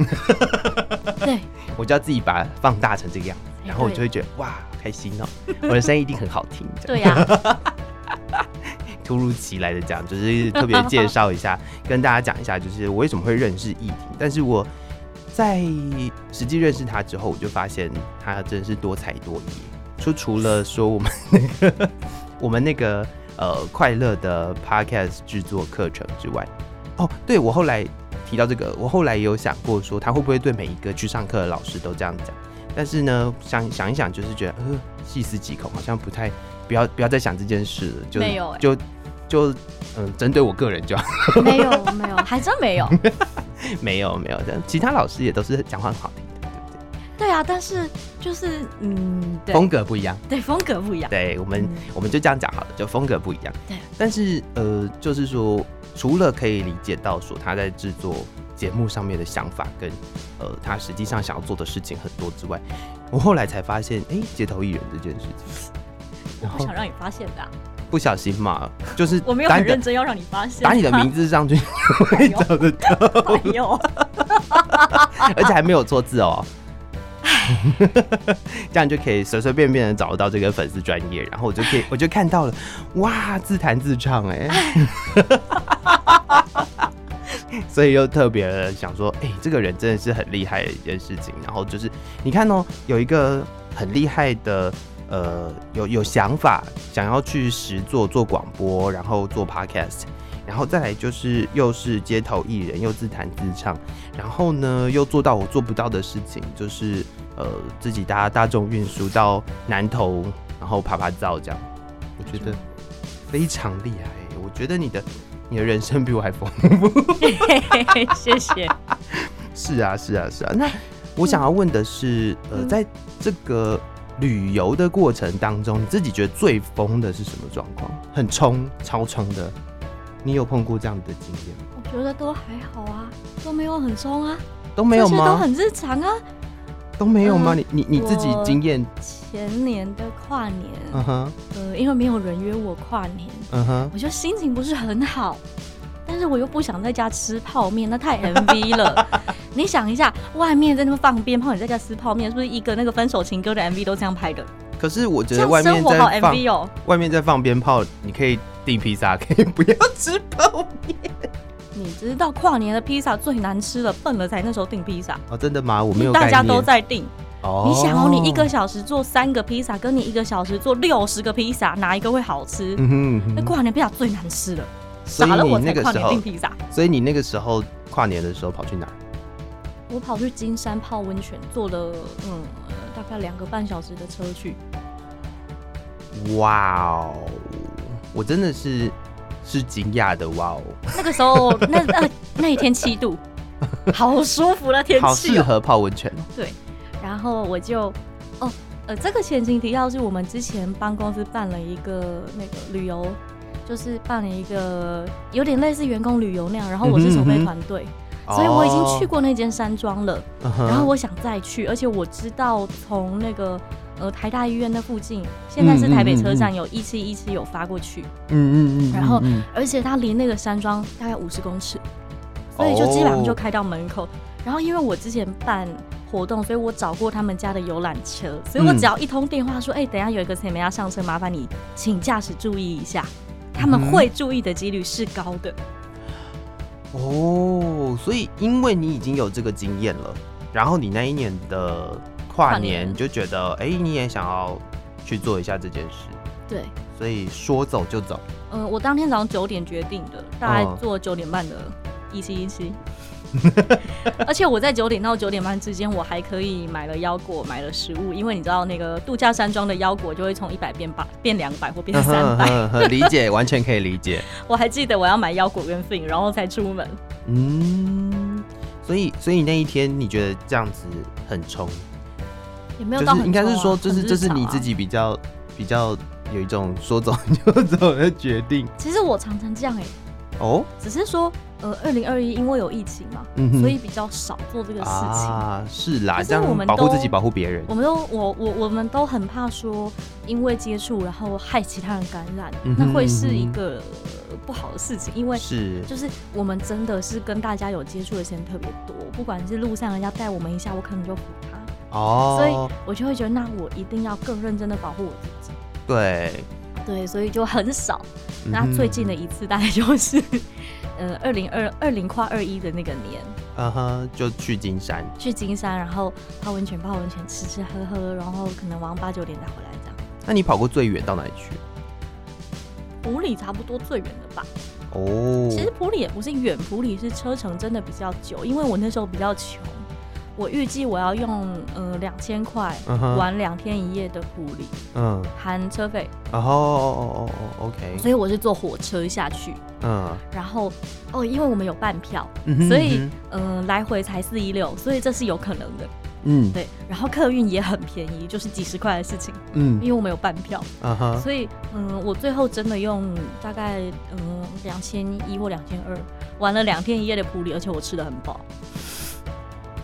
Speaker 3: 对，
Speaker 1: 我就要自己把它放大成这个样子，
Speaker 3: 哎
Speaker 1: 然后我就会觉得哇，好开心 哦，我的声音一定很好听。这样
Speaker 3: 对呀、
Speaker 1: 突如其来的讲，就是特别介绍一 下，跟大家讲一下，就是我为什么会认识 E 易婷。但是我在实际认识他之后，我就发现他真的是多才多艺。就除了说我们那个我们那个呃快乐的 podcast 制作课程之外，哦，对我后来提到这个，我后来也有想过说，他会不会对每一个去上课的老师都这样讲？但是呢，想想一想，就是觉得呃细思极恐，好像不太不要不要再想这件事了，就
Speaker 3: 没有欸
Speaker 1: 就就嗯，针对我个人就好
Speaker 3: 没有没有，还真没有。
Speaker 1: 没有没有的，其他老师也都是讲话很好听的，对不对？
Speaker 3: 对啊，但是就是嗯，对，
Speaker 1: 风格不一样，
Speaker 3: 对风格不一样。
Speaker 1: 对我们、
Speaker 3: 嗯
Speaker 1: 我们就这样讲好了，就风格不一样。
Speaker 3: 对，
Speaker 1: 但是呃，就是说，除了可以理解到说他在制作节目上面的想法跟呃他实际上想要做的事情很多之外，我后来才发现，哎、街头艺人这件事情，然
Speaker 3: 我
Speaker 1: 后
Speaker 3: 不想让你发现的啊、
Speaker 1: 不小心嘛，就是
Speaker 3: 我没有
Speaker 1: 打
Speaker 3: 很
Speaker 1: 你哦的
Speaker 3: 认真要让你发现、
Speaker 1: 打你的名字上去 会找得到，
Speaker 3: 哎呦，
Speaker 1: 而且还没有错字哦。 这样就可以随随便便的找得到这个粉丝专业，然后我就可以，我就看到了，哇，自弹自唱哎、 所以又特别地想说，哎、这个人真的是很厉害的一件事情。然后就是你看哦，有一个很厉害的，呃，有有想法，想要去实做做广播，然后做 podcast，然后再来就是又是街头艺人，又自弹自唱，然后呢又做到我做不到的事情，就是呃自己搭大众运输到南投，然后爬爬照这样，我觉得非常厉害。我觉得你的你的人生比我还丰
Speaker 3: 谢谢。
Speaker 1: 是啊，是啊，是啊。那我想要问的是，呃，
Speaker 3: 嗯
Speaker 1: 在这个旅游的过程当中，你自己觉得最疯的是什么状况？很冲、超冲的，你有碰过这样的经验吗
Speaker 3: 我觉得都还好啊，都没有很松啊，
Speaker 1: 都没有
Speaker 3: 这些都
Speaker 1: 吗？
Speaker 3: 很日常啊。
Speaker 1: 都没有吗？
Speaker 3: 嗯
Speaker 1: 你你你自己
Speaker 3: 我
Speaker 1: 经验？
Speaker 3: 前年的跨年，
Speaker 1: 嗯哼，
Speaker 3: 呃，因为没有人约我跨年，
Speaker 1: 嗯哼，
Speaker 3: 我就心情不是很好，但是我又不想在家吃泡面，那太 MV 了。 你想一下，外面在那边放鞭炮，你在家吃泡面，是不是一个那个分手情歌的 MV 都这样拍的？
Speaker 1: 可是我觉
Speaker 3: 这
Speaker 1: 得
Speaker 3: 样
Speaker 1: 外
Speaker 3: 生
Speaker 1: 面
Speaker 3: 活好
Speaker 1: 在放
Speaker 3: MV 哦。
Speaker 1: 外面在放鞭炮，你可以订披萨，可以不要吃 泡面。
Speaker 3: 你知道跨年的披萨最难吃了，笨了才那时候订披萨，
Speaker 1: 哦，真的吗？我没有概
Speaker 3: 大
Speaker 1: 念。
Speaker 3: 家都。在订。
Speaker 1: 哦
Speaker 3: 你想哦，你一个。小时做三个披萨，跟你一个小时做六十个披萨，哪一个会好吃？
Speaker 1: 嗯哼嗯
Speaker 3: 那
Speaker 1: 哼。
Speaker 3: 跨年披萨最难吃了，
Speaker 1: 所
Speaker 3: 傻了
Speaker 1: 以
Speaker 3: 我
Speaker 1: 你那
Speaker 3: 才
Speaker 1: 个
Speaker 3: 跨
Speaker 1: 时
Speaker 3: 年
Speaker 1: 候
Speaker 3: 订，披萨。
Speaker 1: 所以你那个时候跨年的时候跑去哪儿？
Speaker 3: 我跑去金山泡温泉，坐了嗯呃大概两个半小时的车去。
Speaker 1: 哇哦，我真的是是惊讶的哇哦，
Speaker 3: 那个 时候那那那一天七度，好舒服的天
Speaker 1: 好
Speaker 3: 气
Speaker 1: 适
Speaker 3: 哦、
Speaker 1: 合泡温泉哦。
Speaker 3: 然后我就哦呃，这个前情提要是我们之前帮公司办了一个那个旅游。就是办了一个有点类似员工旅游那样，然后我是筹
Speaker 1: 嗯哼嗯
Speaker 3: 备
Speaker 1: 哼哦
Speaker 3: 团队，所以我已经去
Speaker 1: 过，
Speaker 3: 过那间山庄了。
Speaker 1: 嗯哼
Speaker 3: 然后我想再去，而且我知道从那个呃台大医院那附近，现在
Speaker 1: 嗯
Speaker 3: 是台北车站有一七一七有发过去，
Speaker 1: 嗯嗯嗯嗯，
Speaker 3: 然后
Speaker 1: 嗯
Speaker 3: 而且它离那个山庄大概五十公尺，
Speaker 1: 哦
Speaker 3: 所以就基本上就开到门口。然后因为我之前办活动，所以我找过他们家的游览车，所以我
Speaker 1: 嗯
Speaker 3: 只要一通电话说，哎、等一下有一个谁没要上车，麻烦你请驾驶注意一下。他们
Speaker 1: 嗯哼
Speaker 3: 会注意的几率是高的，
Speaker 1: 哦，所以因为你已经有这个经验了，然后你那一年的跨
Speaker 3: 跨
Speaker 1: 年
Speaker 3: 年
Speaker 1: 你就觉得，哎、你也想要去做一下这件事，
Speaker 3: 对。
Speaker 1: 所以说走就走。
Speaker 3: 嗯、我当天早上九点决定的，大概
Speaker 1: 哦
Speaker 3: 做九点半的一七一七。 而且我在九点到九点半之间，我还可以买了腰果，买了食物，因为你知道那个度假山庄的腰果就会从一百变八变两百或变三百。
Speaker 1: 嗯哼 理解，完全可以理解。
Speaker 3: 我还记得我要买腰果跟 fin，然后才出门。
Speaker 1: 嗯，所以所以那一天你觉得这样子很冲，
Speaker 3: 也没有
Speaker 1: 就
Speaker 3: 到
Speaker 1: 是
Speaker 3: 很、
Speaker 1: 应该是说，就是
Speaker 3: 很
Speaker 1: 这是
Speaker 3: 日常啊
Speaker 1: 你自。己比较比较有一种说走就走的决定
Speaker 3: 其实我常常这样哎、
Speaker 1: 哦。
Speaker 3: 只是说呃，二零二一因为有疫情嘛，
Speaker 1: 嗯哼
Speaker 3: 所以比较少做这个事情。
Speaker 1: 啊，是啦，
Speaker 3: 可是
Speaker 1: 这
Speaker 3: 我
Speaker 1: 样
Speaker 3: 们
Speaker 1: 保护
Speaker 3: 都
Speaker 1: 自己，保护别人
Speaker 3: 我。们都我我我们都很怕说，因为接触然后害其他人感染，
Speaker 1: 嗯哼
Speaker 3: 那会是一
Speaker 1: 嗯哼
Speaker 3: 个呃不好的事情，因为。
Speaker 1: 是，
Speaker 3: 就是我们真的是跟大家有接触的时间特别多，不管是路上人家带我们一下，我可能就扶他，
Speaker 1: 哦，
Speaker 3: 所以我就会觉得那我一定要更认真的保护我自己。
Speaker 1: 对，
Speaker 3: 对，所以就很少。
Speaker 1: 嗯
Speaker 3: 那最近的
Speaker 1: 哼
Speaker 3: 一次大概就是， 呃，二零二二零跨二一的那个年，
Speaker 1: 嗯哼，就去金山，
Speaker 3: 去金山，然后泡温泉，泡温泉，吃吃喝喝，然后可能晚上八九点才回来这样。
Speaker 1: 那你跑过最远到哪里去？
Speaker 3: 普里差不多最远的吧。
Speaker 1: 哦，
Speaker 3: 其实普里也不是远，普里是车程真的比较久，因为我那时候比较穷，我预计我要用呃两千块
Speaker 1: 嗯哼
Speaker 3: 玩两天一夜的普里，
Speaker 1: 嗯，
Speaker 3: 含车费，
Speaker 1: 然后哦哦哦哦，OK，
Speaker 3: 所以我是坐火车下去，
Speaker 1: 嗯
Speaker 3: 然后哦，因为我们有半票，
Speaker 1: 嗯哼，
Speaker 3: 所以
Speaker 1: 嗯哼
Speaker 3: 嗯、呃来回才四一六，所以这是有可能的，
Speaker 1: 嗯
Speaker 3: 对。然后客运也很便宜，就是几十块的事情，因
Speaker 1: 嗯
Speaker 3: 为我们有半票。
Speaker 1: 嗯哼，
Speaker 3: 所以，嗯，我最后真的用大概嗯两千一或两千二玩了两天一夜的普里，而且我吃的很饱。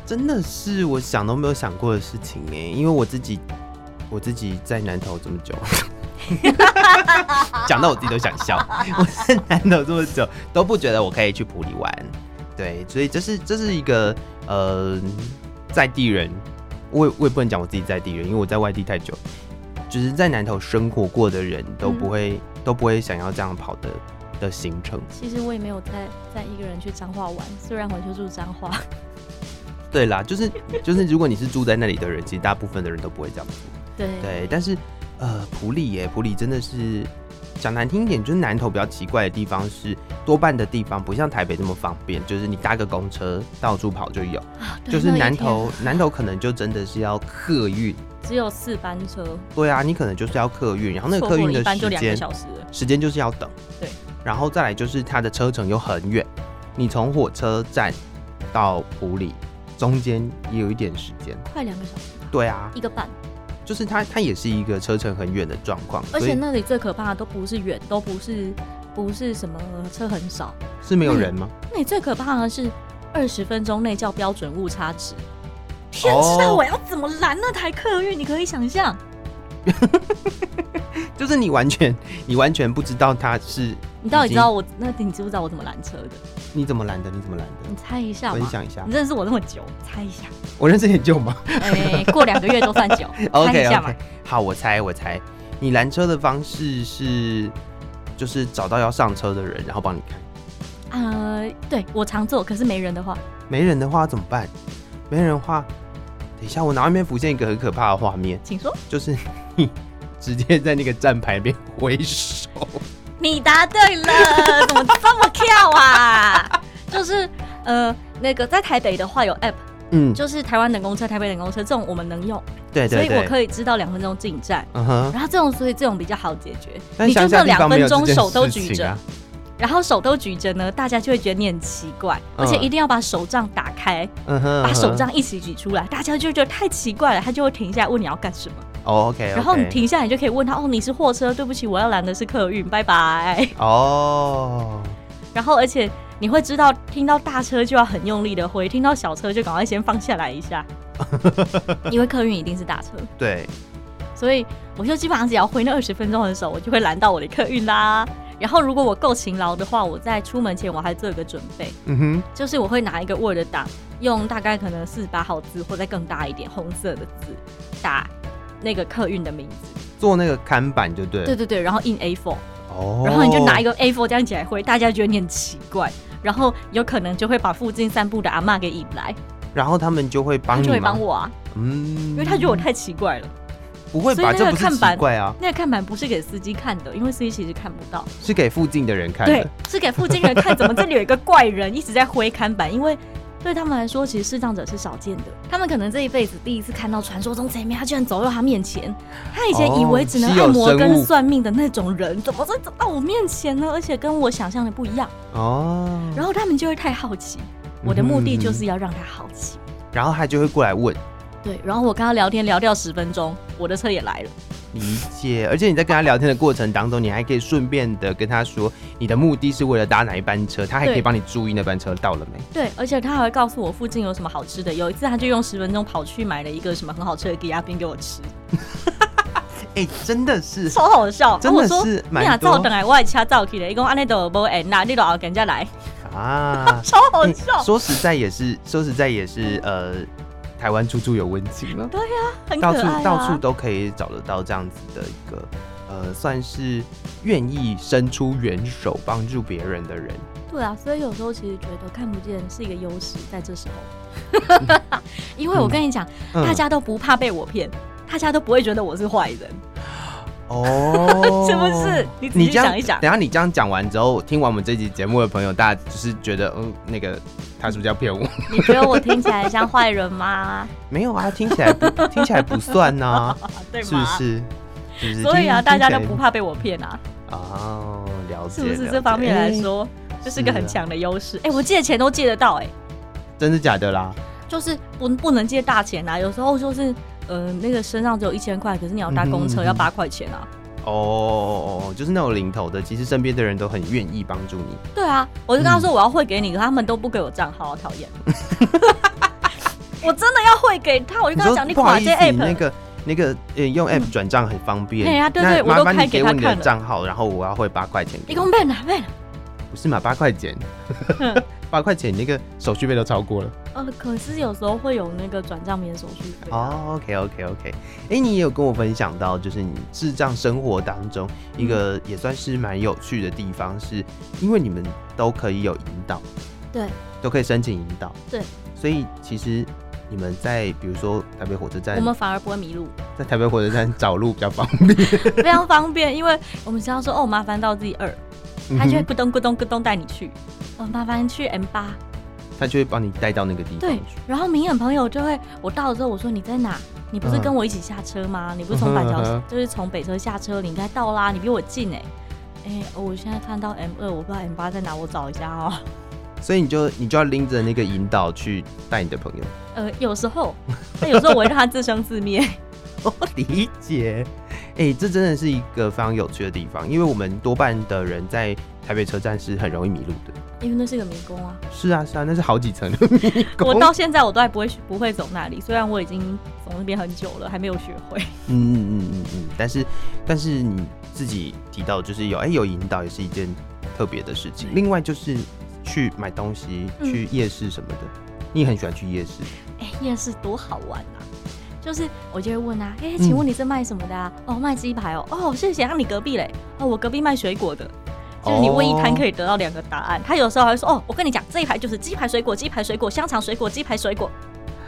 Speaker 1: 真的是我想都没有想过的事情哎，因为我自己我自己在南投这么久。 讲到我自己都想笑，我在南投这么久都不觉得我可以去普里玩，对，所以这是这是一个呃在地人，我也我也不能讲我自己在地人，因为我在外地太久，就是在南投生活过的人都不会、都不会想要这样跑的的行程，
Speaker 3: 其实我也没有再再一个人去彰化玩，虽然我就住彰化，
Speaker 1: 对啦，就是就是如果你是住在那里的人，其实大部分的人都不会这样做。
Speaker 3: 对
Speaker 1: 对，但是呃，普里耶，普里真的是讲难听一点，就是南投比较奇怪的地方是，多半的地方不像台北这么方便，就是你搭个公车到处跑就有，
Speaker 3: 啊对
Speaker 1: 就是
Speaker 3: 那一
Speaker 1: 南
Speaker 3: 天
Speaker 1: 投南投可能就真的是要客运，
Speaker 3: 只有四班车，
Speaker 1: 对啊，你可能就是要客运，然后那个
Speaker 3: 错
Speaker 1: 客运
Speaker 3: 过了一
Speaker 1: 的
Speaker 3: 班就
Speaker 1: 时
Speaker 3: 两个
Speaker 1: 间
Speaker 3: 小时了。
Speaker 1: 时间就是要等，
Speaker 3: 对，
Speaker 1: 然后再来就是它的车程又很远，你从火车站到普里中间也有一点时间，
Speaker 3: 快两个小时吧，
Speaker 1: 对啊，
Speaker 3: 一个半。
Speaker 1: 就是它它也是一个车程很远的状况，
Speaker 3: 而
Speaker 1: 所
Speaker 3: 且
Speaker 1: 以
Speaker 3: 那里最可怕的都不是远，都不是不是什么车很少，
Speaker 1: 是没有
Speaker 3: 嗯
Speaker 1: 人吗？
Speaker 3: 那里最可怕的是二十分钟内叫标准误差值。天
Speaker 1: 哦
Speaker 3: 知道我要怎么拦那台客运，你可以想象。
Speaker 1: 就是你完全 你完全不知道他是
Speaker 3: 你到
Speaker 1: 已
Speaker 3: 底
Speaker 1: 经
Speaker 3: 知道我那你知不知道我怎么拦车的？
Speaker 1: 你怎么拦的，你怎么拦
Speaker 3: 你
Speaker 1: 的，
Speaker 3: 猜一下
Speaker 1: 分
Speaker 3: 嘛。
Speaker 1: 享一下
Speaker 3: 你。认识我那么久，猜一 下。
Speaker 1: 我认识很久吗
Speaker 3: 哎、过两个月都算 久， 猜一
Speaker 1: ？OK
Speaker 3: 下嘛
Speaker 1: OK，。好，我猜我猜，你拦车的方式是就是找到要上车的人，然后帮你看。
Speaker 3: 呃，对我常做，可是没人的话，
Speaker 1: 没人的话怎么办？没人的话，等一下我脑海里面浮现一个很可怕的画面，
Speaker 3: 请说。
Speaker 1: 就是你直接在那个站牌边挥手。
Speaker 3: 你答对 了，怎么这么跳啊？就是呃，那个在台北的话有 app，
Speaker 1: 嗯，
Speaker 3: 就是台湾等公车、台北等公车这种我们能用，
Speaker 1: 哎对对
Speaker 3: 所以我
Speaker 1: 对，
Speaker 3: 可以知道两分钟进站。
Speaker 1: 嗯哼，
Speaker 3: 然后这种，所以这种比较好解决。
Speaker 1: 但
Speaker 3: 你就
Speaker 1: 乡下
Speaker 3: 这
Speaker 1: 地
Speaker 3: 两
Speaker 1: 方没
Speaker 3: 分
Speaker 1: 有这
Speaker 3: 钟
Speaker 1: 件
Speaker 3: 手都
Speaker 1: 事
Speaker 3: 举
Speaker 1: 情
Speaker 3: 着，
Speaker 1: 啊
Speaker 3: 然后手都举着呢，大家就会觉得你很奇怪，
Speaker 1: 嗯
Speaker 3: 而且一定要把手杖打开，
Speaker 1: 嗯哼，
Speaker 3: 把手
Speaker 1: 嗯哼
Speaker 3: 杖一起举出来，大家就觉得太奇怪了，他就会停下来问你要干什么。
Speaker 1: 哦，OK，
Speaker 3: 然后你
Speaker 1: OK
Speaker 3: 停下来，你就可以问他，哦，你是货车，对不起，我要拦的是客运，拜拜。
Speaker 1: 哦，
Speaker 3: 然后而且你会知道，听到大车就要很用力的挥，听到小车就赶快先放下来一 下，因为客运一定是大车，
Speaker 1: 对，
Speaker 3: 所以我就基本上只要挥那二十分钟的手，我就会拦到我的客运啦。然后如果我够勤劳的话，我在出门前我还做一个准备，
Speaker 1: 嗯
Speaker 3: 就是我会拿一个 Word 档，用大概可能四十八号字或再更大一点红色的字打那个客运的名字，
Speaker 1: 哼，做那个看板就对，
Speaker 3: 对，对对，然后印 A4，
Speaker 1: 哦，
Speaker 3: 然后你就拿一
Speaker 1: 个，
Speaker 3: 个 A4 这样起来挥，大家觉得你很奇怪，然后有可能就会把附近散步的阿嬷给引来，
Speaker 1: 然后他们就会帮
Speaker 3: 她
Speaker 1: 你
Speaker 3: 就会
Speaker 1: 吗
Speaker 3: 帮，我啊，
Speaker 1: 嗯，
Speaker 3: 因为她觉得我太奇怪了。
Speaker 1: 不会
Speaker 3: 所以
Speaker 1: 吧？
Speaker 3: 那
Speaker 1: 这
Speaker 3: 个
Speaker 1: 不是
Speaker 3: 看
Speaker 1: 奇
Speaker 3: 板
Speaker 1: 怪啊，
Speaker 3: 那个看板不是给司机看的，因为司机其实看不到，
Speaker 1: 是给附近的人看
Speaker 3: 对
Speaker 1: 的，，
Speaker 3: 是给附近人看，怎么这里有一个怪人一直在挥看板，因为。对他们来说，其实视障者是少见的。他们可能这一辈子第一次看到传说中谁面，他居然走到他面前。他以前以为只能
Speaker 1: 哦稀有
Speaker 3: 按摩
Speaker 1: 生
Speaker 3: 跟
Speaker 1: 物
Speaker 3: 算命的那种人，怎么会走到我面前呢？而且跟我想象的不一样。
Speaker 1: 哦，
Speaker 3: 然后他们就会太好奇。
Speaker 1: 嗯
Speaker 3: 我的目的就是要让他好奇。
Speaker 1: 然后他就会过来问，
Speaker 3: 对，然后我跟他聊天聊掉十分钟，我的车也来了。
Speaker 1: 嗯理解，而且你在跟他聊天的过程当中，你还可以顺便的跟他说你的目的是为了搭哪一班车，他还可以
Speaker 3: 对
Speaker 1: 帮你注意那班车到了没。
Speaker 3: 对，而且他还会告诉我附近有什么好吃的。有一次他就用十分钟跑去买了一个什么很好吃的鸡鸭冰给我吃，
Speaker 1: 哎、真的是，
Speaker 3: 超好 笑。
Speaker 1: 真的
Speaker 3: 然后我说
Speaker 1: 是
Speaker 3: 你
Speaker 1: 蛮
Speaker 3: 俩
Speaker 1: 多
Speaker 3: 照等来，我也掐照去的，一共安内都无缘啦，你都熬人家 来，
Speaker 1: 啊。
Speaker 3: 超好
Speaker 1: 嗯
Speaker 3: 笑。
Speaker 1: 说实在也是，说实在也是，呃，台湾处处有温情了，
Speaker 3: 很可
Speaker 1: 到处
Speaker 3: 爱、啊、
Speaker 1: 到处都可以找得到这样子的一个，呃，算是愿意伸出援手帮助别人的人。
Speaker 3: 对啊，所以有时候其实觉得看不见是一个优势，在这时候， 因为我跟你讲，
Speaker 1: 嗯
Speaker 3: 大家都不怕被我骗，大家都不会觉得我是坏 人。
Speaker 1: 哦
Speaker 3: 是不是你仔细
Speaker 1: 这样
Speaker 3: 想一想
Speaker 1: 等下你这样讲完之后，听完我们这集节目的朋友，大家就是觉得，嗯，那个他是不是要 骗我？
Speaker 3: 你觉得我听起来像坏人吗？
Speaker 1: 没有啊，听起来不听起来不算呐、
Speaker 3: 对
Speaker 1: 是不
Speaker 3: 吗？
Speaker 1: 是？是不是
Speaker 3: 所以啊，
Speaker 1: 听
Speaker 3: 大家都
Speaker 1: 听起
Speaker 3: 不
Speaker 1: 来
Speaker 3: 怕被我骗啊，
Speaker 1: 哦，了解，
Speaker 3: 是不是？
Speaker 1: 了
Speaker 3: 这方面
Speaker 1: 解
Speaker 3: 来
Speaker 1: 哎
Speaker 3: 说，这是个很强的优势。哎、
Speaker 1: 啊
Speaker 3: 我借钱都借得到、哎，
Speaker 1: 真的假的啦？
Speaker 3: 就是不不能借大钱啊，有时候就是。呃，那个身上只有一千块，可是你要搭公
Speaker 1: 嗯
Speaker 3: 车要八块钱啊。
Speaker 1: 哦哦哦，哦就是那种领头的，其实身边的人都很愿意帮助你。
Speaker 3: 对啊，我就跟他
Speaker 1: 嗯
Speaker 3: 说我要汇给你，可他们都不给我账号，好讨厌。 我真的要汇给他，我就
Speaker 1: 你
Speaker 3: 跟他
Speaker 1: 说
Speaker 3: 讲，你
Speaker 1: 不好
Speaker 3: 垮
Speaker 1: 意
Speaker 3: 这
Speaker 1: 思，你
Speaker 3: app，、嗯
Speaker 1: 那个那个呃，用 app 转账很方便。
Speaker 3: 对啊对
Speaker 1: 那
Speaker 3: 对我
Speaker 1: 麻
Speaker 3: 都
Speaker 1: 烦
Speaker 3: 开
Speaker 1: 你
Speaker 3: 给
Speaker 1: 给
Speaker 3: 他
Speaker 1: 我你的
Speaker 3: 看了
Speaker 1: 账号，然后我要汇八块钱给
Speaker 3: 你给
Speaker 1: 你
Speaker 3: 我。骗啊骗啊！
Speaker 1: 不是嘛？八块钱，
Speaker 3: 嗯
Speaker 1: 八块钱，你那个手续费都超过了。
Speaker 3: 呃，可是有时候会有那个转账免手续费、啊。
Speaker 1: 哦、o k OK OK，哎、你也有跟我分享到，就是你智障生活当中一
Speaker 3: 嗯
Speaker 1: 个也算是蛮有趣的地方是，因为你们都可以有引导，
Speaker 3: 对，
Speaker 1: 都可以申请引导，
Speaker 3: 对，
Speaker 1: 所以其实你们在比如说台北火车
Speaker 3: 我
Speaker 1: 站，
Speaker 3: 们反而不会迷路，
Speaker 1: 在台北火车站找路比较方便，
Speaker 3: 非常方便，因为我们只要说哦麻烦到 Z 二，他就会
Speaker 1: 嗯哼
Speaker 3: 咕咚咕咚咕咚带你去，哦麻烦去 M 八，
Speaker 1: 他就会帮你带到那个地方
Speaker 3: 对
Speaker 1: 去。，
Speaker 3: 然后明眼朋友就会我到了之后我说你在哪？你不是
Speaker 1: 嗯
Speaker 3: 跟我一起下车 吗？你不是从板
Speaker 1: 嗯
Speaker 3: 桥
Speaker 1: 哼嗯哼
Speaker 3: 就是从北车下车，你应该到啦，你比我近哎、哎、哦我现在看到 M 二，我不知道 M 八在哪，我找一下 哦。
Speaker 1: 所以你就你就要拎着那个引导去带你的朋友。
Speaker 3: 呃，有时候，但有时候我会让他自生自灭。
Speaker 1: 我理 解。哎、这真的是一个非常有趣的地方，因为我们多半的人在台北车站是很容易迷路的。
Speaker 3: 因为那是个迷宫啊，哦
Speaker 1: 是啊，是啊，那是好几层的迷宫。
Speaker 3: 我到现在我都还不会去不会走那里，虽然我已经走那边很久了，还没有学会。
Speaker 1: 嗯嗯嗯嗯嗯，但是但是你自己提到就是有哎、有引导也是一件特别的事情。另外就是去买东西，
Speaker 3: 嗯
Speaker 1: 去夜市什么的，你也很喜欢去夜市。
Speaker 3: 哎、夜市多好玩啊！就是我就会问啊，
Speaker 1: 嗯
Speaker 3: 哎、请问你是卖什么的啊？哦，卖鸡排哦，哦，谢谢。那、你隔壁嘞？哦，我隔壁卖水果的。就是你问一
Speaker 1: 哦
Speaker 3: 摊可以得到两个答案。他有时候还会说，哦，我跟你讲，这一排就是鸡排水果、鸡排水果、香肠水果、鸡排水果。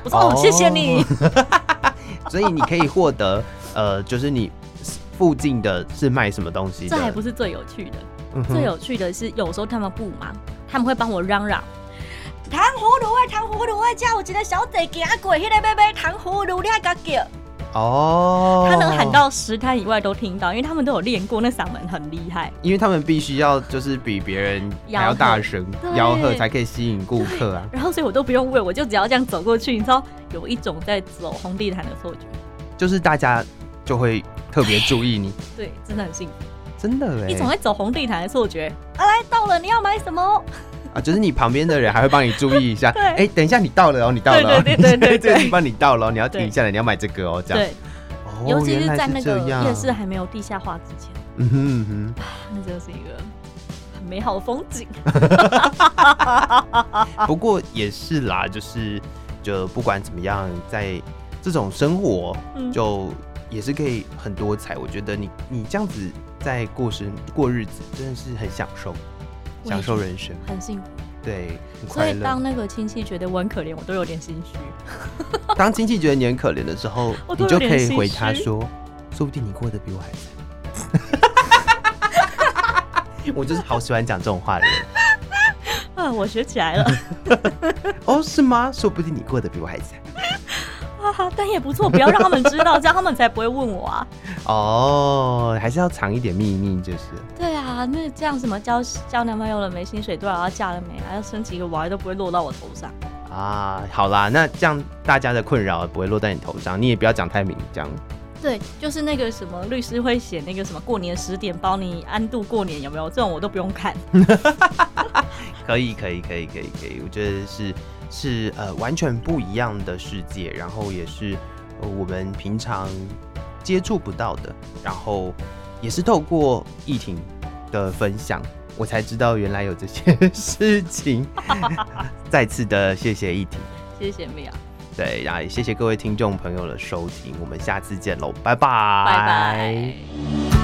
Speaker 3: 我 说哦，谢谢你。
Speaker 1: 所以你可以获得呃，就是你附近的是卖什么东西
Speaker 3: 这
Speaker 1: 的。
Speaker 3: 还不是最有趣的，
Speaker 1: 嗯哼
Speaker 3: 最有趣的是有时候他们不忙，他们会帮我嚷嚷。糖葫芦啊诶，糖葫芦诶，家有一个小姐行过，迄、那个妹妹糖葫芦，你爱甲叫。
Speaker 1: 哦，
Speaker 3: 他能喊，到十摊以外都听到，因为他们都有练过，那嗓门很厉害。
Speaker 1: 因为他们必须要就是比别人还要大声
Speaker 3: 吆
Speaker 1: 吆
Speaker 3: 喝 对
Speaker 1: 喝，才可以吸引顾客 啊。
Speaker 3: 然后所以我都不用问，我就只要这样走过去，你知道有一种在走红地毯的错觉。
Speaker 1: 就是大家就会特别注意你，
Speaker 3: 对，真的很幸福，
Speaker 1: 真的哎、
Speaker 3: 一种在走红地毯的错觉。啊，来到了，你要买什么？
Speaker 1: 啊，就是你旁边的人还会帮你注意一下，
Speaker 3: 对
Speaker 1: 哎、等一下你到了哦，你到了、哦，
Speaker 3: 对对对对
Speaker 1: 这
Speaker 3: 对
Speaker 1: 个地方你到了哦，你要停下来，你要买这个哦，这样。
Speaker 3: 对，
Speaker 1: 哦
Speaker 3: 尤其
Speaker 1: 原来
Speaker 3: 在那个
Speaker 1: 这样
Speaker 3: 夜市还没有地下化之前，
Speaker 1: 嗯哼嗯
Speaker 3: 那真的是一个很美好的风 景。
Speaker 1: 哼。不过也是啦，就是就不管怎么样，在这种生活
Speaker 3: 嗯
Speaker 1: 就也是可以很多彩。我觉得你你这样子在过生过日子，真的是很享受，
Speaker 3: 我也
Speaker 1: 享受
Speaker 3: 觉得
Speaker 1: 人生，
Speaker 3: 很幸福，
Speaker 1: 对，很
Speaker 3: 所
Speaker 1: 快
Speaker 3: 以
Speaker 1: 乐。
Speaker 3: 当那个亲戚觉得我很可怜，我都有点心虚。
Speaker 1: 当亲戚觉得你很可怜的时候，
Speaker 3: 我都
Speaker 1: 你就
Speaker 3: 有
Speaker 1: 可
Speaker 3: 点
Speaker 1: 以
Speaker 3: 心
Speaker 1: 回他
Speaker 3: 虚
Speaker 1: 说：“说不定你过得比我还惨。” 我就是好喜欢讲这种话的人
Speaker 3: 啊，我学起来了，
Speaker 1: 哦，是吗？说不定你过得比我还惨
Speaker 3: 啊，但也不错，不要让他们知道，这样他们才不会问我啊。
Speaker 1: 哦，还是要藏一点秘密，就是
Speaker 3: 对啊，那这样什么交交男朋友了没，薪水多少，要嫁了没啊，要生几个娃儿都不会落到我头上。
Speaker 1: 啊，好啦，那这样大家的困扰不会落在你头上，你也不要讲太明，这样
Speaker 3: 对，就是那个什么律师会写那个什么过年十点帮你安度过年，有没有？这种我都不用看。
Speaker 1: 可以，可以，可以，可以，可以，我觉得是是呃完全不一样的世界，然后也是、呃我们平常接触不到的，然后也是透过艺婷的分享，我才知道原来有这些事 情。再次的谢谢艺婷，
Speaker 3: 谢谢米娅，
Speaker 1: 对，然后也谢谢各位听众朋友的收听，我们下次见喽，拜拜，
Speaker 3: 拜拜。